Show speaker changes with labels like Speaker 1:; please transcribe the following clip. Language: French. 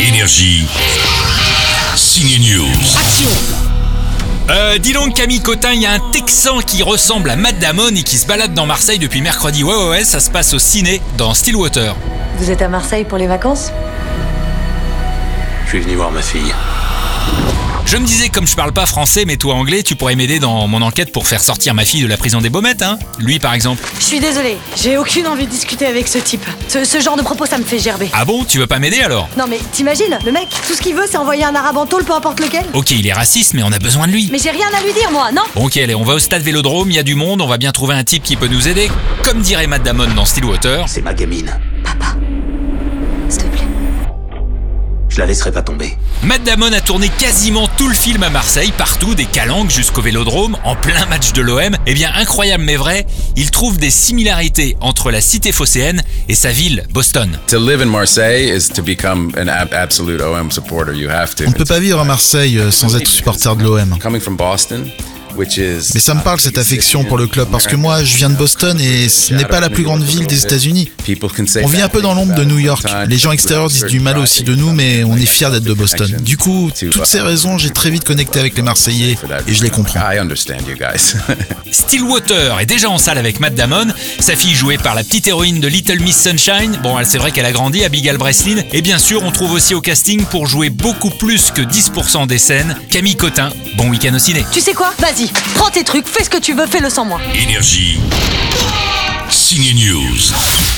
Speaker 1: Énergie. Signe News.
Speaker 2: Action euh, dis donc Camille Cotin, il y a un Texan qui ressemble à Matt Damon et qui se balade dans Marseille depuis mercredi. Ouais ouais ouais, ça se passe au ciné dans Stillwater.
Speaker 3: Vous êtes à Marseille pour les vacances
Speaker 4: Je suis venu voir ma fille.
Speaker 2: Je me disais comme je parle pas français mais toi anglais, tu pourrais m'aider dans mon enquête pour faire sortir ma fille de la prison des Baumettes, hein Lui par exemple.
Speaker 5: Je suis désolée, j'ai aucune envie de discuter avec ce type. Ce, ce genre de propos, ça me fait gerber.
Speaker 2: Ah bon, tu veux pas m'aider alors
Speaker 5: Non mais t'imagines, le mec, tout ce qu'il veut, c'est envoyer un arabe en tôle, peu importe lequel.
Speaker 2: Ok, il est raciste mais on a besoin de lui.
Speaker 5: Mais j'ai rien à lui dire, moi, non
Speaker 2: Bon ok, allez, on va au stade Vélodrome, il y a du monde, on va bien trouver un type qui peut nous aider. Comme dirait Matt Damon dans Stillwater.
Speaker 4: C'est ma gamine.
Speaker 3: S'il te plaît.
Speaker 4: Je la laisserai pas tomber.
Speaker 2: Matt Damon a tourné quasiment tout le film à Marseille, partout, des calanques jusqu'au vélodrome, en plein match de l'OM. Eh bien, incroyable mais vrai, il trouve des similarités entre la cité phocéenne et sa ville, Boston.
Speaker 6: To live in Marseille is to become an ab- absolute OM supporter. You have to.
Speaker 7: On ne peut pas vivre à Marseille euh, sans être supporter de l'OM.
Speaker 6: Coming from Boston, which is.
Speaker 7: Mais ça me parle cette affection pour le club parce que moi je viens de Boston et ce n'est pas la plus grande ville des États-Unis.
Speaker 6: People can say
Speaker 7: On vit un peu dans l'ombre de New York. Les gens extérieurs disent du mal aussi de nous, mais on est fiers d'être de Boston. Du coup, toutes ces raisons, j'ai très vite connecté avec les Marseillais et je les comprends.
Speaker 6: I understand you guys.
Speaker 2: Stillwater est déjà en salle avec Matt Damon, sa fille jouée par la petite héroïne de Little Miss Sunshine. Bon, elle c'est vrai qu'elle a grandi à Big Breslin. Et bien sûr, on trouve aussi au casting pour jouer beaucoup plus que 10% des scènes Camille Cotin. Bon week-end au ciné.
Speaker 5: Tu sais quoi Vas-y, prends tes trucs, fais ce que tu veux, fais-le sans moi.
Speaker 1: Énergie. Signe News.